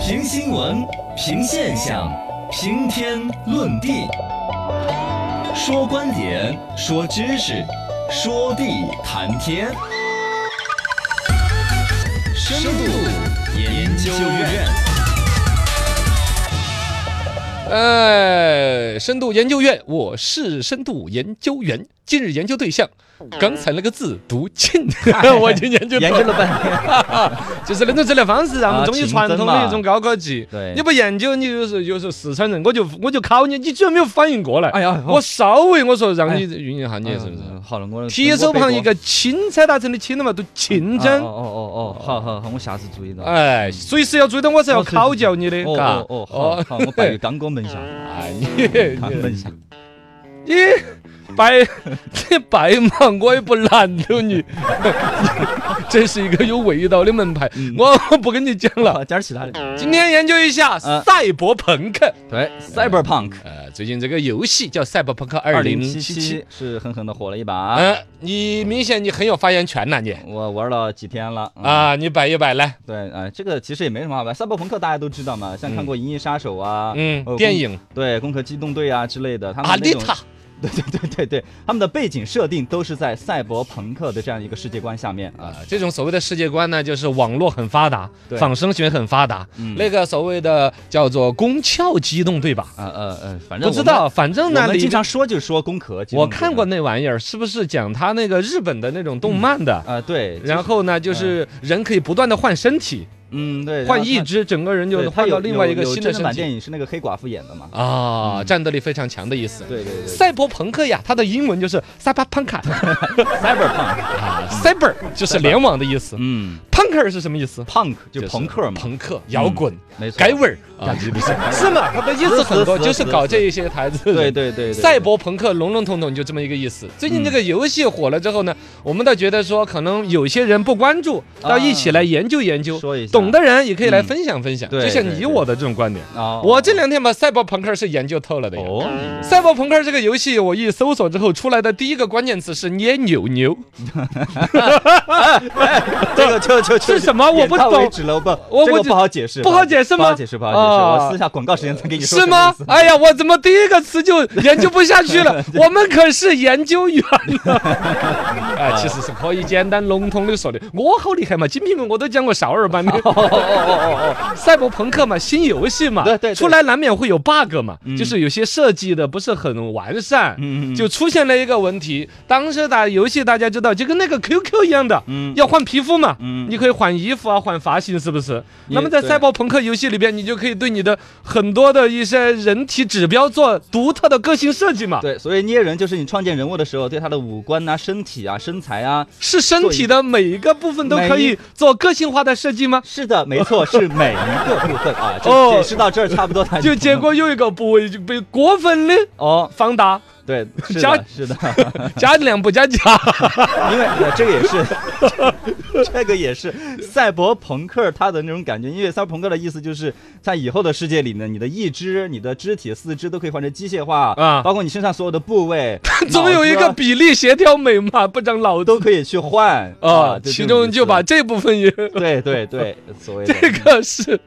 评新闻，评现象，评天论地，说观点，说知识，说地谈天。深度研究院，哎，深度研究院，我是深度研究员。今日研究对象，刚才那个字读尽， 我已经哎研究研到究了半天，就是那种治疗方式，让我们啊中医传清统真的嘛一种高科技。对你不研究，你就是就是四川人，我就我就考你，你居然没有反应过来。哎呀 我稍微我说让你晕一下，你是不是？嗯好了，我提手旁一个钦差大臣的钦了嘛，读钦认真哦。哦哦，好好好，我下次注意到。哎，随时要注意到我是要考教你的，哦嘎哦哦， 好，好，我拜刚哥门下，哎， 你刚门下，你白你白忙，我也不拦着你， 这是一个有味道的门派，嗯我我不跟你讲了。好，点儿其他的。今天研究一下嗯赛博朋克，对，Cyberpunk 呃，最近这个游戏叫《赛博朋克二二零零七七七》，七啊是狠狠的火了一把，嗯，你明显你很有发言权呐、你我玩了几天了。嗯啊，你摆一摆来，对，哎，这个其实也没什么好玩。赛博朋克大家都知道嘛，像看过《银翼杀手》啊，嗯呃，电，影攻对，《攻壳机动队》啊之类的，他《们阿那丽种塔》 对对对对对，他们的背景设定都是在赛博朋克的这样一个世界观下面啊。啊，这种所谓的世界观呢，就是网络很发达，对仿生学很发达，嗯那个所谓的叫做宫壳机动，对吧？啊呃呃，反正不我知们道，，反正我呢，们里经常说就说工壳。我看过那玩意儿，是不是讲他那个日本的那种动漫的？啊，对，然后呢，就是人可以不断的换身体，嗯对，换一只，整个人就他换有到另外一个有有新的真人身版体电影嗯是那个黑寡妇演的 嘛？啊，战斗力非常强的意思。对对对赛博朋克呀，它的英文就是赛博朋克 ，Cyberpunk，啊，cyber 就是联网的意思嗯，punker 是什么意思？ ，Punk 就是朋克嘛，朋克、摇滚、没错，改味儿啊，是不是？是嘛，它的意思很多，是是是就是搞这一些台子。对对对，对赛，博朋克笼笼统统就这么一个意思。最近这嗯个游戏火了之后呢，我们倒觉得说，可能有些人不关注，啊到一起来研究研究，说一下懂的人也可以来嗯分享分享。对就像对你对我的这种观点，啊，我这两天把赛博朋克是研究透了的呀。哦，赛博朋克这个游戏，我一搜索之后出来的第一个关键词是捏扭扭，哎这个就就就是什啊么我不点到懂为止了，不，我这我个只不好解释，不好解释吗不好解释，不好解释，啊我私下广告时间再给你说。是吗？？哎呀，我怎么第一个词就研究不下去 了？我们可是研究员了。 哎，其实是可以简单笼统的说的。我好厉害嘛，《金瓶梅》我都讲过少儿版的。哦赛博朋克嘛，新游戏嘛，对对对出来难免会有 bug 嘛，就是有些设计的不是很完善，嗯嗯嗯就出现了一个问题。当时打游戏，大家知道就跟那个 QQ 一样的，嗯要换皮肤嘛，嗯你可以换衣服啊，换发型，是不是？那么在对赛博朋克游戏里边，你就可以对你的很多的一些人体指标做独特的个性设计嘛，对，所以捏人就是你创建人物的时候，对他的五官呐、身体啊、身材啊，是身体的每一个部分都可每以一做个性化的设计吗？是的，没错，是每一个部分啊。哦就解释到这儿差不多，就结果又一个部位就被过分的哦，放 大，对，是加的，是的，加量不加价。因为呃这个也是， 这个也是赛博朋克它的那种感觉，因为赛博朋克的意思就是在以后的世界里呢，你的义肢、你的肢体、四肢都可以换成机械化啊，包括你身上所有的部位 总有一脑个子啊比例协调美嘛，不长脑洞都可以去换啊，就其这种中意就思把这部 分也，对对 对，所谓的这个是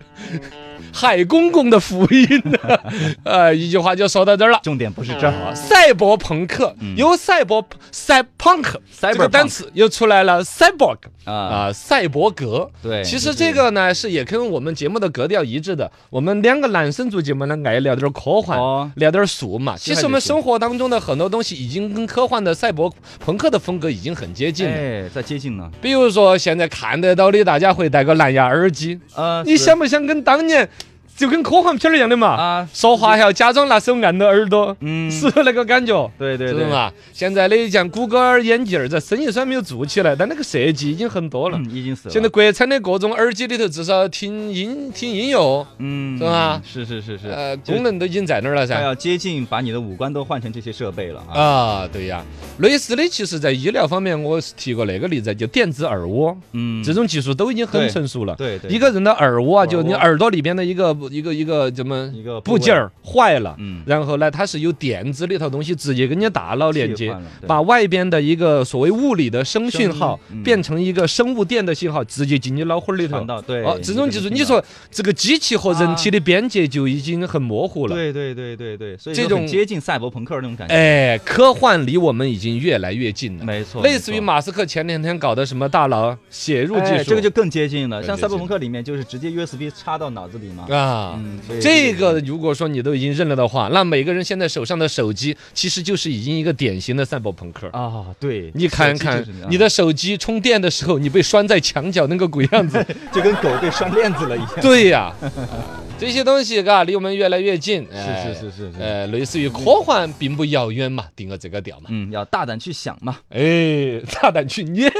海公公的福 音啊！呃，一句话就说到这儿了。重点不是这儿，啊赛博朋克由赛博赛 punk 这个嗯 Cyberpunk 单词又出来了，cyborg 啊啊，赛博格。对其就实是这个呢是也跟我们节目的格调一致的。我们两个男生做节目呢，爱聊点儿科幻哦，聊点儿俗嘛。其是实我们生活当中的很多东西已经跟科幻的赛博朋克的风格已经很接近了。哎，在接近呢，比如说现在看得到的，大家会戴个蓝牙耳机，呃，你是想不想跟当年就跟科幻片儿一样的嘛？啊说话还要假装拿手按到耳朵，嗯是那个感觉。对对是不对是，嘛？现在的像谷歌儿眼镜儿，这生意虽然没有做起来，但那个设计已经很多了。嗯已经死了。现在国产的各种耳机里头，至少听音听音乐，嗯，是吧是是是是，呃，就功能都已经在那儿了快噻。要接近把你的五官都换成这些设备了啊。啊，对呀，类似的，其实在医疗方面，我是提过那个例子，就电子耳蜗，嗯，这种技术都已经很对成熟了。对对，一个人的耳蜗耳啊，蜗就你耳朵里边的一个一个一个怎么一个部部件位儿坏了，嗯然后呢，它是有电子里头东西直接跟你大脑连替接换了，对把外边的一个所谓物理的声讯声号音嗯变成一个生物电的信号，直接进你脑壳儿里头传。到对哦，这种技个术，你说这个机器和人啊体的边界就已经很模糊了。对对对对对，所以这就很种接近赛博朋克那种感觉，哎，科幻离我们已经越来越近了。没错，类没似于错马斯克前两天搞的什么大脑写入技哎术，这个就更接近了。更像接赛博近朋克里面就是直接 USB 插到脑子里嘛，啊。嗯，所以这个如果说你都已经认了的话，那每个人现在手上的手机其实就是已经一个典型的赛博朋克。啊，对，你看看你的的手机充电的时候，你被拴在墙角那个鬼 样子。就跟狗被拴链子了一 样，对 呀、这些东西嘎离我们越来越近。哎是是是是是，呃，类似于科幻并不遥远嘛，定个这个调嘛。嗯，要大胆去想嘛，哎，大胆去捏，